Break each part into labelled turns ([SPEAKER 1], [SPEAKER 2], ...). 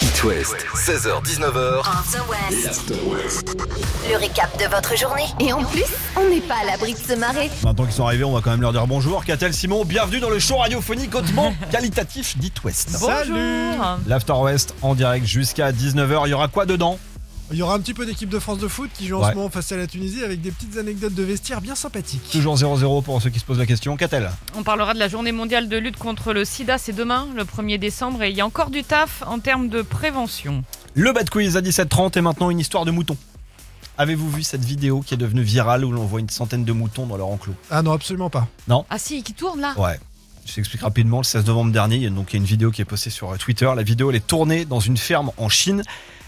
[SPEAKER 1] It West, 16h-19h,
[SPEAKER 2] After West.
[SPEAKER 1] West.
[SPEAKER 2] Le récap de votre journée. Et en plus, on n'est pas à l'abri de se marrer.
[SPEAKER 3] Maintenant qu'ils sont arrivés, on va quand même leur dire bonjour. Catel Simon, bienvenue dans le show radiophonique hautement qualitatif d'It West.
[SPEAKER 4] Bonjour
[SPEAKER 3] L'After West en direct jusqu'à 19h. Il y aura quoi dedans
[SPEAKER 5] Il y aura un petit peu d'équipe de France de foot qui joue en
[SPEAKER 3] Ouais.
[SPEAKER 5] ce moment face à la Tunisie avec des petites anecdotes de vestiaire bien sympathiques.
[SPEAKER 3] Toujours 0-0 pour ceux qui se posent la question. Catel
[SPEAKER 4] On parlera de la journée mondiale de lutte contre le sida, c'est demain, le 1er décembre, et il y a encore du taf en termes de prévention.
[SPEAKER 3] Le bad quiz à 17h30 et maintenant une histoire de moutons. Avez-vous vu cette vidéo qui est devenue virale où l'on voit une centaine de moutons dans leur enclos
[SPEAKER 5] Ah non, absolument pas.
[SPEAKER 4] Ah si, qui tourne là
[SPEAKER 3] Ouais. Je t'explique rapidement. Le 16 novembre dernier, il y a donc il y a une vidéo qui est postée sur Twitter. La vidéo, elle est tournée dans une ferme en Chine.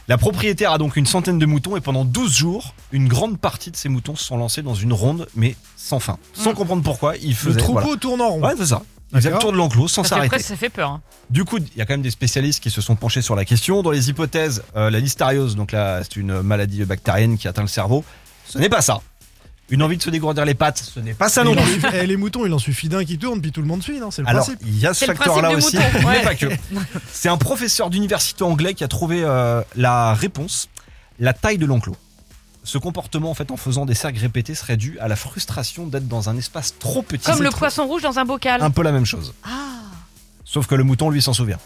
[SPEAKER 3] La propriétaire a donc une centaine de moutons et pendant 12 jours, une grande partie de ces moutons se sont lancés dans une ronde, mais sans fin. Sans
[SPEAKER 4] Mm.
[SPEAKER 3] comprendre pourquoi, ils
[SPEAKER 5] Le
[SPEAKER 3] faisaient.
[SPEAKER 5] troupeau
[SPEAKER 3] voilà.
[SPEAKER 5] tourne en rond.
[SPEAKER 3] Ouais, c'est ça. Ils
[SPEAKER 5] D'accord.
[SPEAKER 3] avaient tour de l'enclos sans
[SPEAKER 4] ça fait,
[SPEAKER 3] s'arrêter.
[SPEAKER 4] presque- ça fait peur. hein.
[SPEAKER 3] Du coup, il y a quand même des spécialistes qui se sont penchés sur la question. Dans les hypothèses, euh, la listériose, donc là, c'est une maladie bactérienne qui atteint le cerveau. Ce n'est pas ça. Une envie de se dégourdir les pattes, ce n'est pas ça
[SPEAKER 5] Il
[SPEAKER 3] non
[SPEAKER 5] en
[SPEAKER 3] plus.
[SPEAKER 5] suffit- eh, les moutons, il en suffit d'un qui tourne, puis tout le monde suit, non C'est le
[SPEAKER 3] Alors,
[SPEAKER 5] principe.
[SPEAKER 3] il y a ce
[SPEAKER 4] C'est le
[SPEAKER 3] facteur-là aussi,
[SPEAKER 4] principe des moutons,
[SPEAKER 3] mais
[SPEAKER 4] ouais.
[SPEAKER 3] pas que. C'est un professeur d'université anglais qui a trouvé euh, la réponse, la taille de l'enclos. Ce comportement, en fait, en faisant des cercles répétés, serait dû à la frustration d'être dans un espace trop petit.
[SPEAKER 4] Comme
[SPEAKER 3] C'est
[SPEAKER 4] le
[SPEAKER 3] tr-
[SPEAKER 4] poisson rouge dans un bocal.
[SPEAKER 3] Un peu la même chose.
[SPEAKER 4] Ah.
[SPEAKER 3] Sauf que le mouton, lui, s'en souvient.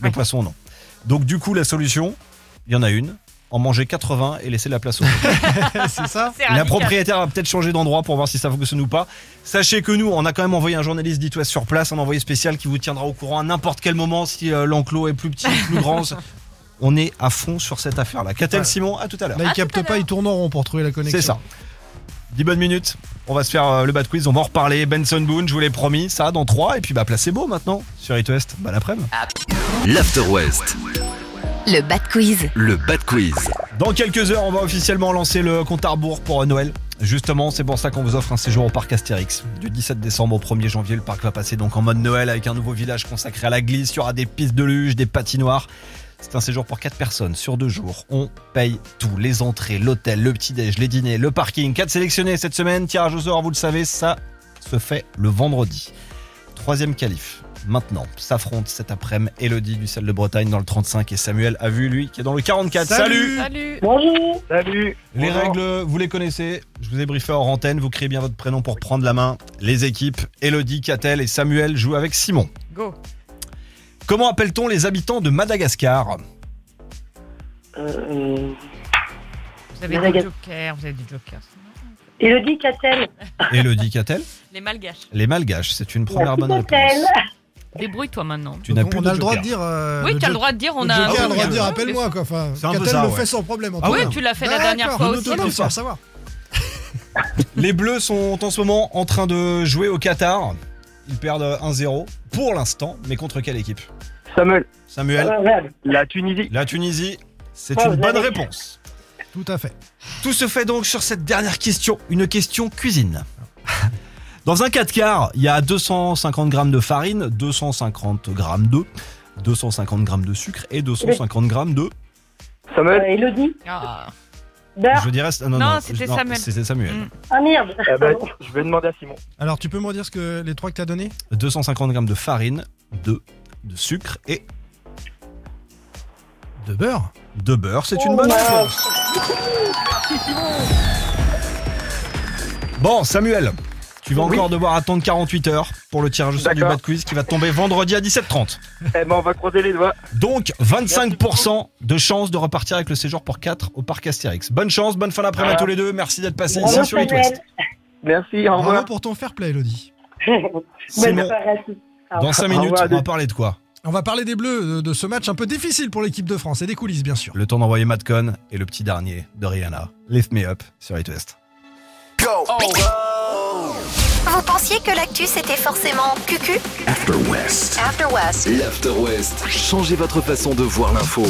[SPEAKER 3] Le
[SPEAKER 4] Ouais.
[SPEAKER 3] poisson, non. Donc, du coup, la solution, il y en a une. En manger 80 et laisser la place aux autres.
[SPEAKER 5] hein, C'est ça
[SPEAKER 4] C'est
[SPEAKER 3] La
[SPEAKER 4] radical.
[SPEAKER 3] propriétaire va peut-être changer d'endroit pour voir si ça fonctionne ou pas. Sachez que nous, on a quand même envoyé un journaliste d'Itouest sur place, un envoyé spécial qui vous tiendra au courant à n'importe quel moment si euh, l'enclos est plus petit, plus grand. On est à fond sur cette affaire-là. Catel
[SPEAKER 5] Voilà.
[SPEAKER 3] Simon, à tout à l'heure.
[SPEAKER 5] Là,
[SPEAKER 4] À
[SPEAKER 5] il
[SPEAKER 4] tout à
[SPEAKER 5] capte pas,
[SPEAKER 4] l'heure.
[SPEAKER 5] il tourne en rond pour trouver la connexion.
[SPEAKER 3] C'est ça. 10 bonnes minutes, on va se faire euh, le bad quiz, on va en reparler. Benson Boone, je vous l'ai promis, ça dans 3. Et puis bah, placebo maintenant sur Itouest. Bon après-midi.
[SPEAKER 1] L'After West,
[SPEAKER 2] Le Bad Quiz.
[SPEAKER 1] le Bad Quiz.
[SPEAKER 3] Dans quelques heures, on va officiellement lancer le compte à rebours pour euh, Noël. Justement, c'est pour ça qu'on vous offre un séjour au parc Astérix. Du 17 décembre au 1er janvier, le parc va passer donc en mode Noël avec un nouveau village consacré à la glisse. Il y aura des pistes de luge, des patinoires. C'est un séjour pour 4 personnes sur 2 jours. On paye tout les entrées, l'hôtel, le petit-déj, les dîners, le parking. 4 sélectionnés cette semaine. Tirage au sort, vous le savez, ça se fait le vendredi. Troisième qualif. Maintenant, s'affrontent cet après-midi Elodie du Salle de Bretagne dans le 35 et Samuel a vu lui qui est dans le 44. Salut
[SPEAKER 4] Salut
[SPEAKER 6] Bonjour. Salut.
[SPEAKER 3] les
[SPEAKER 6] Bonjour.
[SPEAKER 3] règles, vous les connaissez. Je vous ai briefé hors antenne. Vous créez bien votre prénom pour prendre la main. Les équipes, Elodie, Catel et Samuel jouent avec Simon.
[SPEAKER 4] Go
[SPEAKER 3] Comment appelle-t-on les habitants de Madagascar
[SPEAKER 6] Euh,
[SPEAKER 4] Vous avez des
[SPEAKER 6] Madagascar.
[SPEAKER 4] jokers, vous avez des jokers.
[SPEAKER 6] Elodie Catel.
[SPEAKER 3] Elodie, Catel
[SPEAKER 4] Les malgaches.
[SPEAKER 3] Les Malgaches, c'est une première bonne réponse.
[SPEAKER 6] Catel.
[SPEAKER 4] Débrouille-toi maintenant.
[SPEAKER 3] Tu n'as
[SPEAKER 5] Donc,
[SPEAKER 3] plus
[SPEAKER 5] on
[SPEAKER 3] de
[SPEAKER 5] a le droit de
[SPEAKER 3] joker.
[SPEAKER 5] dire. euh,
[SPEAKER 4] oui, t'as
[SPEAKER 5] jo-
[SPEAKER 4] le droit de dire, on
[SPEAKER 5] le
[SPEAKER 4] a un
[SPEAKER 5] joker a le droit de
[SPEAKER 4] joker.
[SPEAKER 5] dire appelle-moi quoi. Enfin,
[SPEAKER 3] C'est un peu
[SPEAKER 5] Catel
[SPEAKER 3] ça,
[SPEAKER 5] le
[SPEAKER 3] ouais.
[SPEAKER 5] fait sans problème. en
[SPEAKER 3] Ah
[SPEAKER 5] tout
[SPEAKER 4] Oui,
[SPEAKER 5] cas.
[SPEAKER 4] tu l'as fait la dernière
[SPEAKER 5] D'accord,
[SPEAKER 4] fois
[SPEAKER 5] non,
[SPEAKER 4] aussi.
[SPEAKER 5] non, non,
[SPEAKER 3] aussi.
[SPEAKER 5] faut savoir.
[SPEAKER 3] Les Bleus sont en ce moment en train de jouer au Qatar. Ils perdent 1-0 pour l'instant, mais contre quelle équipe
[SPEAKER 7] Samuel,
[SPEAKER 6] Euh,
[SPEAKER 3] Samuel,
[SPEAKER 7] la Tunisie.
[SPEAKER 3] la Tunisie, c'est
[SPEAKER 6] Ah,
[SPEAKER 3] une
[SPEAKER 6] vous
[SPEAKER 3] bonne
[SPEAKER 6] avez-
[SPEAKER 3] réponse.
[SPEAKER 5] Tout à fait.
[SPEAKER 3] Tout se fait donc sur cette dernière question, une question cuisine. Dans un 4 quarts, il y a 250 grammes de farine, 250 grammes d'œufs, 250 grammes de sucre et 250 grammes de.
[SPEAKER 6] Euh,
[SPEAKER 7] Samuel,
[SPEAKER 6] Elodie.
[SPEAKER 4] Ah.
[SPEAKER 6] Beurre.
[SPEAKER 3] Je dirais. Non, non,
[SPEAKER 4] Non,
[SPEAKER 3] non,
[SPEAKER 4] c'était
[SPEAKER 3] non,
[SPEAKER 4] Samuel.
[SPEAKER 3] C'était Samuel.
[SPEAKER 4] Mm.
[SPEAKER 6] Ah merde.
[SPEAKER 7] eh ben, je vais demander à Simon.
[SPEAKER 5] Alors, tu peux me redire ce que les trois que t'as donné
[SPEAKER 3] 250 grammes de farine, d'œufs, de sucre et
[SPEAKER 5] De beurre.
[SPEAKER 3] de beurre. C'est une bonne réponse. Bon, Samuel, tu vas
[SPEAKER 7] Oui.
[SPEAKER 3] encore devoir attendre 48 heures pour le tirage au sort du
[SPEAKER 7] D'accord.
[SPEAKER 3] bad quiz qui va tomber vendredi à 17h30.
[SPEAKER 7] Eh ben, on va croiser les doigts.
[SPEAKER 3] Donc 25% de chance de repartir avec le séjour pour 4 au parc Astérix. Bonne chance, bonne fin d'après-midi à tous les deux. Merci d'être passés
[SPEAKER 6] Bravo,
[SPEAKER 3] ici sur E It West.
[SPEAKER 6] Samuel.
[SPEAKER 7] Merci, au
[SPEAKER 5] Bravo
[SPEAKER 7] revoir.
[SPEAKER 5] pour ton fair play, Elodie.
[SPEAKER 6] Bonne
[SPEAKER 3] Simon,
[SPEAKER 6] soirée.
[SPEAKER 3] dans 5
[SPEAKER 7] Au
[SPEAKER 3] minutes,
[SPEAKER 7] revoir,
[SPEAKER 3] on va
[SPEAKER 7] Adé.
[SPEAKER 3] parler de quoi
[SPEAKER 5] On va parler des Bleus, euh, de, de ce match un peu difficile pour l'équipe de France et des coulisses, bien sûr.
[SPEAKER 3] Le temps d'envoyer Matt Cohn et le petit dernier de Rihanna. Lift me up sur It West.
[SPEAKER 1] Go!
[SPEAKER 2] Vous pensiez que l'actu c'était forcément cucu
[SPEAKER 1] After West.
[SPEAKER 2] After West.
[SPEAKER 1] L'After West. Changez votre façon de voir l'info.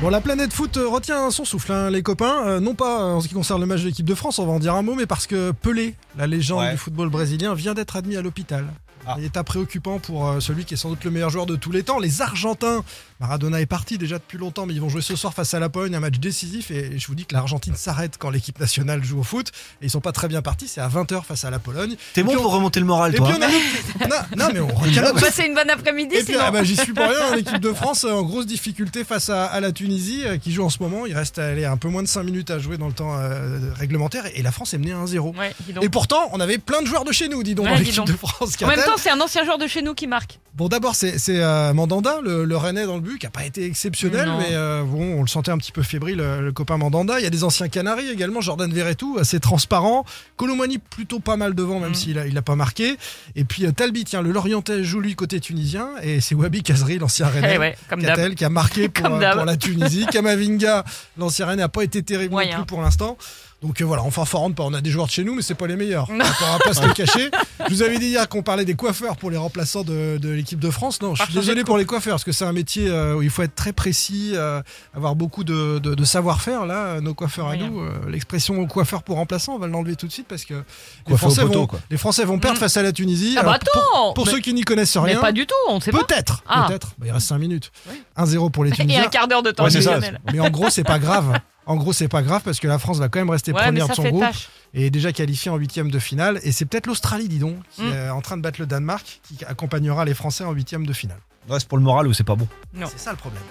[SPEAKER 5] Bon, la planète foot euh, retient son souffle, hein, les copains. Euh, non pas euh, en ce qui concerne le match de l'équipe de France, on va en dire un mot, mais parce que Pelé, la légende
[SPEAKER 3] Ouais.
[SPEAKER 5] du football brésilien, vient d'être admis à l'hôpital.
[SPEAKER 3] Ah.
[SPEAKER 5] Il est à préoccupant pour euh, celui qui est sans doute le meilleur joueur de tous les temps. Les Argentins Maradona est parti déjà depuis longtemps, mais ils vont jouer ce soir face à la Pologne, un match décisif. Et je vous dis que l'Argentine s'arrête quand l'équipe nationale joue au foot. Et ils sont pas très bien partis, c'est à 20h face à la Pologne.
[SPEAKER 3] T'es bon
[SPEAKER 5] puis on-
[SPEAKER 3] pour remonter le moral,
[SPEAKER 5] Et
[SPEAKER 3] toi.
[SPEAKER 5] puis on a l'autre- non, non, mais on recadre.
[SPEAKER 4] Passez une bonne après-midi
[SPEAKER 5] Et puis,
[SPEAKER 4] sinon.
[SPEAKER 5] ah bah, j'y suis pour rien. L'équipe de France euh, en grosse difficulté face à, à la Tunisie euh, qui joue en ce moment. Il reste à aller un peu moins de 5 minutes à jouer dans le temps euh, réglementaire et, et la France est menée à 1-0.
[SPEAKER 4] Ouais, dis donc.
[SPEAKER 5] Et pourtant, on avait plein de joueurs de chez nous, dis donc,
[SPEAKER 4] Ouais,
[SPEAKER 5] dans
[SPEAKER 4] dis
[SPEAKER 5] l'équipe
[SPEAKER 4] donc.
[SPEAKER 5] de France.
[SPEAKER 4] En même
[SPEAKER 5] Catel.
[SPEAKER 4] temps, c'est un ancien joueur de chez nous qui marque.
[SPEAKER 5] Bon, d'abord, c'est c'est, euh, Mandanda, le, le Rennais dans le but, qui n'a pas été exceptionnel,
[SPEAKER 4] Non.
[SPEAKER 5] mais euh, bon, on le sentait un petit peu fébrile, euh, le copain Mandanda. Il y a des anciens Canaries également, Jordan Verretou, assez transparent. Colomani, plutôt pas mal devant, même
[SPEAKER 4] Mm.
[SPEAKER 5] s'il n'a il a pas marqué. Et puis euh, Talbi, tiens, le Lorientais joue lui côté tunisien, et c'est Wabi Kazri, l'ancien Rennais.
[SPEAKER 4] Eh ouais, comme d'hab.
[SPEAKER 5] Catel qui a marqué pour,
[SPEAKER 4] Comme
[SPEAKER 5] euh,
[SPEAKER 4] d'hab.
[SPEAKER 5] pour la Tunisie. Kamavinga, l'ancien Rennes, n'a pas été terrible
[SPEAKER 4] Moyen.
[SPEAKER 5] non plus pour l'instant. Donc euh, voilà, enfin forante pas. On a des joueurs de chez nous, mais c'est pas les meilleurs.
[SPEAKER 4] Non.
[SPEAKER 5] On pourra pas se le cacher. Je vous avais dit hier qu'on parlait des coiffeurs pour les remplaçants de, de l'équipe de France. Non, je suis
[SPEAKER 4] changer de
[SPEAKER 5] désolé pour les coiffeurs parce que c'est un métier euh, où il faut être très précis, euh, avoir beaucoup de, de- de savoir-faire. Là, euh, nos coiffeurs à
[SPEAKER 4] Moyen.
[SPEAKER 5] nous, euh, l'expression coiffeur pour remplaçant, on va l'enlever tout de suite parce que les
[SPEAKER 3] Coiffeur au
[SPEAKER 5] Français,
[SPEAKER 3] poteau,
[SPEAKER 5] vont,
[SPEAKER 3] quoi.
[SPEAKER 5] les Français vont perdre
[SPEAKER 4] Mm.
[SPEAKER 5] face à la Tunisie.
[SPEAKER 4] Ah bah
[SPEAKER 5] Alors, pour
[SPEAKER 4] attends
[SPEAKER 5] pour
[SPEAKER 4] mais,
[SPEAKER 5] ceux qui n'y connaissent
[SPEAKER 4] mais
[SPEAKER 5] rien,
[SPEAKER 4] pas du tout, on sait pas.
[SPEAKER 5] peut-être,
[SPEAKER 4] Ah.
[SPEAKER 5] peut-être. Bah, il reste 5 minutes.
[SPEAKER 4] Oui.
[SPEAKER 5] 1-0 pour les
[SPEAKER 4] Et
[SPEAKER 5] Tunisiens.
[SPEAKER 4] un quart d'heure de temps
[SPEAKER 3] Ouais, c'est ça.
[SPEAKER 4] additionnel.
[SPEAKER 5] Mais en gros, c'est pas grave. En gros, c'est pas grave parce que la France va quand même rester
[SPEAKER 4] Ouais, mais
[SPEAKER 5] première de
[SPEAKER 4] ça
[SPEAKER 5] son
[SPEAKER 4] fait
[SPEAKER 5] groupe
[SPEAKER 4] tâche.
[SPEAKER 5] et est déjà qualifiée en huitième de finale. Et c'est peut-être l'Australie, dis donc, qui
[SPEAKER 4] Mm.
[SPEAKER 5] est en train de battre le Danemark, qui accompagnera les Français en huitième de finale.
[SPEAKER 3] Ouais, c'est pour le moral ou c'est pas bon.
[SPEAKER 4] Non.
[SPEAKER 5] C'est ça le problème.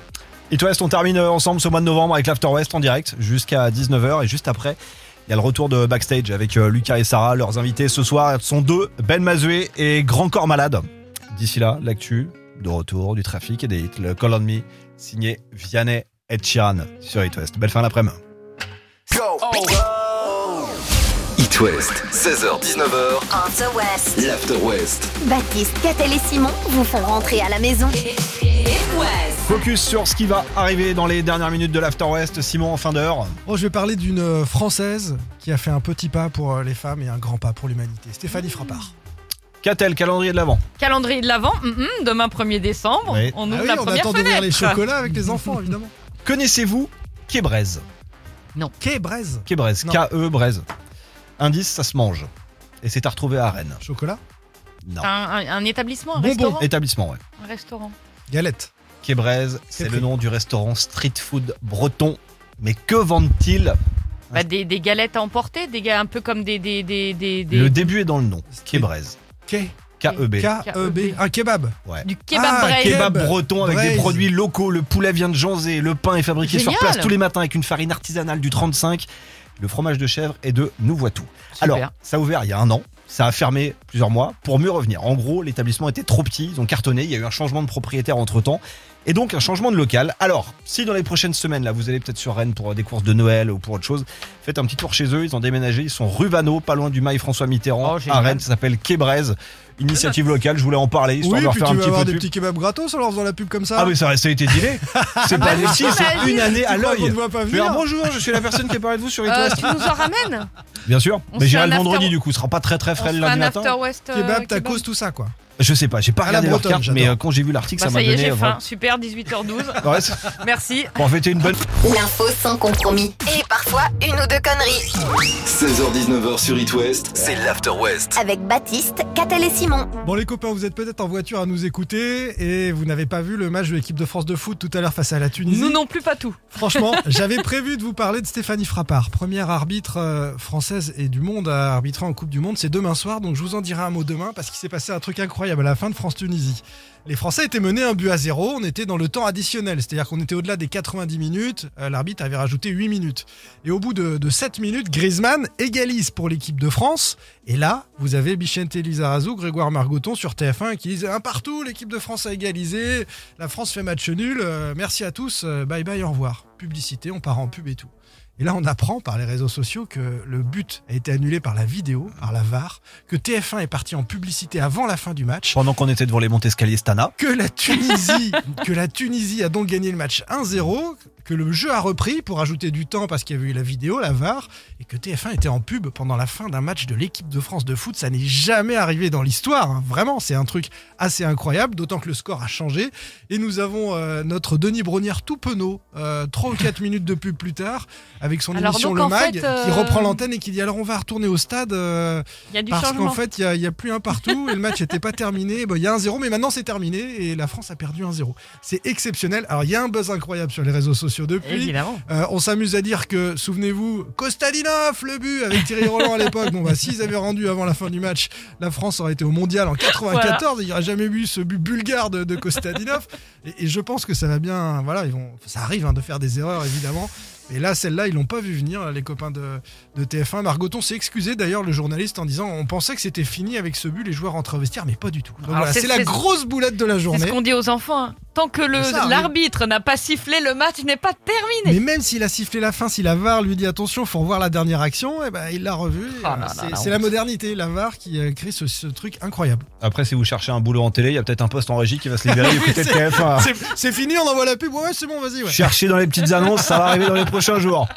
[SPEAKER 3] It West, on termine euh, ensemble ce mois de novembre avec l'After West en direct jusqu'à 19h et juste après. Il y a le retour de backstage avec euh, Lucas et Sarah, leurs invités ce soir sont deux, Ben Mazué et Grand Corps Malade. D'ici là, l'actu, de retour, du trafic et des hits. Le Call on Me, signé Vianney et Chiran sur It West. Belle fin d'après-midi.
[SPEAKER 1] Go It West, 16h-19h,
[SPEAKER 2] On the West.
[SPEAKER 1] l'After West.
[SPEAKER 2] Baptiste, Catel et Simon vous font rentrer à la maison.
[SPEAKER 3] Focus sur ce qui va arriver dans les dernières minutes de l'After West. Simon, en fin d'heure.
[SPEAKER 5] Bon, je vais parler d'une euh, Française qui a fait un petit pas pour euh, les femmes et un grand pas pour l'humanité.
[SPEAKER 4] Mmh.
[SPEAKER 5] Stéphanie Frappard.
[SPEAKER 3] Qu'a-t-elle calendrier de l'avant
[SPEAKER 4] Calendrier de l'Avent, hum, hum, demain 1er décembre,
[SPEAKER 3] Oui.
[SPEAKER 4] on ouvre
[SPEAKER 5] Ah oui,
[SPEAKER 4] la
[SPEAKER 5] on
[SPEAKER 4] première
[SPEAKER 5] attend d'ouvrir
[SPEAKER 4] fenêtre.
[SPEAKER 5] les chocolats avec les enfants, évidemment.
[SPEAKER 3] Connaissez-vous Kébrez
[SPEAKER 5] Quai braise
[SPEAKER 3] Kébrez,
[SPEAKER 5] Non.
[SPEAKER 3] K-E Brez. Indice, ça se mange. Et c'est à retrouver à Rennes.
[SPEAKER 5] Chocolat
[SPEAKER 3] Non.
[SPEAKER 4] un, un- un établissement, un
[SPEAKER 5] Bonbon.
[SPEAKER 4] Ah, restaurant,
[SPEAKER 3] Établissement, ouais.
[SPEAKER 4] un restaurant.
[SPEAKER 5] Galette.
[SPEAKER 3] Kébrez, c'est le nom du restaurant street food breton. Mais que vendent-ils
[SPEAKER 4] Bah, des, des galettes à emporter, des ga- un peu comme des des des, des- des-
[SPEAKER 3] Le début est dans le nom.
[SPEAKER 5] Street- E
[SPEAKER 3] Kébrez.
[SPEAKER 5] Quai.
[SPEAKER 3] K-E-B.
[SPEAKER 5] K-E-B.
[SPEAKER 4] K-E-B.
[SPEAKER 5] Un kebab.
[SPEAKER 4] du kebab
[SPEAKER 5] Ah,
[SPEAKER 4] braise.
[SPEAKER 3] Kebab breton avec des
[SPEAKER 5] Braise.
[SPEAKER 3] produits locaux. Le poulet vient de Janzé. Le pain est fabriqué sur
[SPEAKER 4] Génial.
[SPEAKER 3] place tous les matins avec une farine artisanale du 35. Le fromage de chèvre est de Nous Voitou.
[SPEAKER 4] Super.
[SPEAKER 3] Alors, ça a ouvert il y a un an, ça a fermé plusieurs mois pour mieux revenir. En gros, l'établissement était trop petit, ils ont cartonné, il y a eu un changement de propriétaire entre temps, et donc un changement de local. Alors, si dans les prochaines semaines, là, vous allez peut-être sur Rennes pour des courses de Noël ou pour autre chose, faites un petit tour chez eux, ils ont déménagé, ils sont rue Vanneau, pas loin du mail François Mitterrand,
[SPEAKER 4] Oh, génial.
[SPEAKER 3] à Rennes, ça s'appelle Québrez, initiative locale, je voulais en parler, histoire
[SPEAKER 5] Oui,
[SPEAKER 3] de leur
[SPEAKER 5] puis
[SPEAKER 3] faire
[SPEAKER 5] tu
[SPEAKER 3] un
[SPEAKER 5] vas
[SPEAKER 3] petit peu
[SPEAKER 5] avoir
[SPEAKER 3] de
[SPEAKER 5] des
[SPEAKER 3] pub.
[SPEAKER 5] petits kebabs gratos en leur faisant la pub comme ça.
[SPEAKER 3] Ah oui, ça, ça a été dîné, c'est
[SPEAKER 4] Bah,
[SPEAKER 3] pas des petits, c'est une année à
[SPEAKER 5] Tu crois qu'on
[SPEAKER 3] l'œil.
[SPEAKER 5] te voit pas
[SPEAKER 3] Je vais
[SPEAKER 5] venir
[SPEAKER 3] dire, bonjour, je suis la personne qui a parlé de vous sur les
[SPEAKER 4] Euh, tu nous en ramènes
[SPEAKER 3] Bien sûr,
[SPEAKER 4] On
[SPEAKER 3] mais
[SPEAKER 4] se
[SPEAKER 3] j'irai
[SPEAKER 4] fait
[SPEAKER 3] le
[SPEAKER 4] un
[SPEAKER 3] vendredi
[SPEAKER 4] after-
[SPEAKER 3] du coup, ce sera pas très très
[SPEAKER 4] On
[SPEAKER 3] frais
[SPEAKER 4] se
[SPEAKER 3] le
[SPEAKER 4] fait un
[SPEAKER 3] lundi matin.
[SPEAKER 4] After West. euh,
[SPEAKER 5] Kebab, tacos, tout ça quoi.
[SPEAKER 3] Je sais pas, j'ai pas
[SPEAKER 5] À la
[SPEAKER 3] regardé leur
[SPEAKER 5] bretonne,
[SPEAKER 3] carte, mais
[SPEAKER 5] j'adore.
[SPEAKER 3] euh, quand j'ai vu l'article,
[SPEAKER 4] Bah,
[SPEAKER 3] ça m'a
[SPEAKER 4] ça y
[SPEAKER 3] donné.
[SPEAKER 4] est, j'ai
[SPEAKER 3] euh,
[SPEAKER 4] faim. Super, 18h12.
[SPEAKER 3] vraiment- Ouais, c'est-
[SPEAKER 4] Merci.
[SPEAKER 3] bon, en fait, t'es une bonne.
[SPEAKER 2] L'info sans compromis. Et parfois, une ou deux conneries.
[SPEAKER 1] 16h-19h sur It West, c'est l'After West.
[SPEAKER 2] Avec Baptiste, Catel et Simon.
[SPEAKER 5] Bon les copains, vous êtes peut-être en voiture à nous écouter et vous n'avez pas vu le match de l'équipe de France de foot tout à l'heure face à la Tunisie.
[SPEAKER 4] Nous non plus pas tout.
[SPEAKER 5] Franchement, j'avais prévu de vous parler de Stéphanie Frappard, première arbitre euh, française et du monde à arbitrer en Coupe du Monde. C'est demain soir, donc je vous en dirai un mot demain parce qu'il s'est passé un truc incroyable à la fin de France-Tunisie. Les Français étaient menés un but à zéro, on était dans le temps additionnel, c'est-à-dire qu'on était au-delà des 90 minutes, euh, l'arbitre avait rajouté 8 minutes. Et au bout de, de 7 minutes, Griezmann égalise pour l'équipe de France. Et là, vous avez Bichente Lizarazu, Grégoire Margoton sur TF1 qui disent un partout, l'équipe de France a égalisé, la France fait match nul, euh, merci à tous, euh, bye bye, au revoir. Publicité, on part en pub et tout. Et là, on apprend par les réseaux sociaux que le but a été annulé par la vidéo, par la VAR, que TF1 est parti en publicité avant la fin du match
[SPEAKER 3] Pendant qu'on était devant les montes escaliers Stana,
[SPEAKER 5] que la Tunisie, que la Tunisie a donc gagné le match 1-0. que le jeu a repris pour ajouter du temps parce qu'il y avait eu la vidéo, la VAR, et que TF1 était en pub pendant la fin d'un match de l'équipe de France de foot. Ça n'est jamais arrivé dans l'histoire, hein. vraiment, c'est un truc assez incroyable, d'autant que le score a changé. Et nous avons euh, notre Denis Brognard tout penaud, euh, 3 ou 4 minutes de pub plus tard, avec son
[SPEAKER 4] Alors,
[SPEAKER 5] émission
[SPEAKER 4] donc,
[SPEAKER 5] Le
[SPEAKER 4] en
[SPEAKER 5] Mag,
[SPEAKER 4] fait, euh,
[SPEAKER 5] qui reprend l'antenne et qui dit alors on va retourner au stade. euh,
[SPEAKER 4] Il y a du
[SPEAKER 5] parce
[SPEAKER 4] changement.
[SPEAKER 5] qu'en fait, il n'y a, plus un partout et le match n'était pas terminé. Bon, Il y a un zéro, mais maintenant c'est terminé et la France a perdu un zéro. C'est exceptionnel. Alors, il y a un buzz incroyable sur les réseaux sociaux depuis.
[SPEAKER 4] Évidemment.
[SPEAKER 5] Euh, on s'amuse à dire que, souvenez-vous, Kostadinov, le but avec Thierry Roland à l'époque. Bon, bah, s'ils avaient rendu avant la fin du match, la France aurait été au mondial en 94. Il n'y aurait jamais eu ce but bulgare de, de Kostadinov. Et, et je pense que ça va bien. Voilà, ils vont, ça arrive hein, de faire des erreurs, évidemment. Et là, celle-là, ils l'ont pas vu venir, les copains de, de TF1. Margoton s'est excusé d'ailleurs, le journaliste, en disant on pensait que c'était fini avec ce but, les joueurs rentrent au vestiaire, mais pas du tout. Donc
[SPEAKER 4] Alors,
[SPEAKER 5] voilà,
[SPEAKER 4] c'est-
[SPEAKER 5] c'est la
[SPEAKER 4] c'est-
[SPEAKER 5] grosse boulette de la
[SPEAKER 4] C'est ce
[SPEAKER 5] journée.
[SPEAKER 4] qu'on dit aux enfants. hein. Tant que le-
[SPEAKER 5] C'est ça, oui.
[SPEAKER 4] l'arbitre n'a pas sifflé, le match n'est pas terminé.
[SPEAKER 5] Mais même s'il a sifflé la fin, si la VAR lui dit attention, faut voir la dernière action, eh ben, il l'a revue. Et,
[SPEAKER 4] là
[SPEAKER 5] euh,
[SPEAKER 4] là,
[SPEAKER 5] c'est-
[SPEAKER 4] la
[SPEAKER 5] c'est la modernité, la VAR qui a créé ce, ce truc incroyable.
[SPEAKER 3] Après, si vous cherchez un boulot en télé, il y a peut-être un poste en régie qui va se libérer. Écoutez le TF1.
[SPEAKER 5] C'est- C'est fini, on envoie la pub. Ouais, ouais, c'est bon, vas-y. ouais.
[SPEAKER 3] Cherchez dans les petites annonces, ça va arriver dans les prochains jours.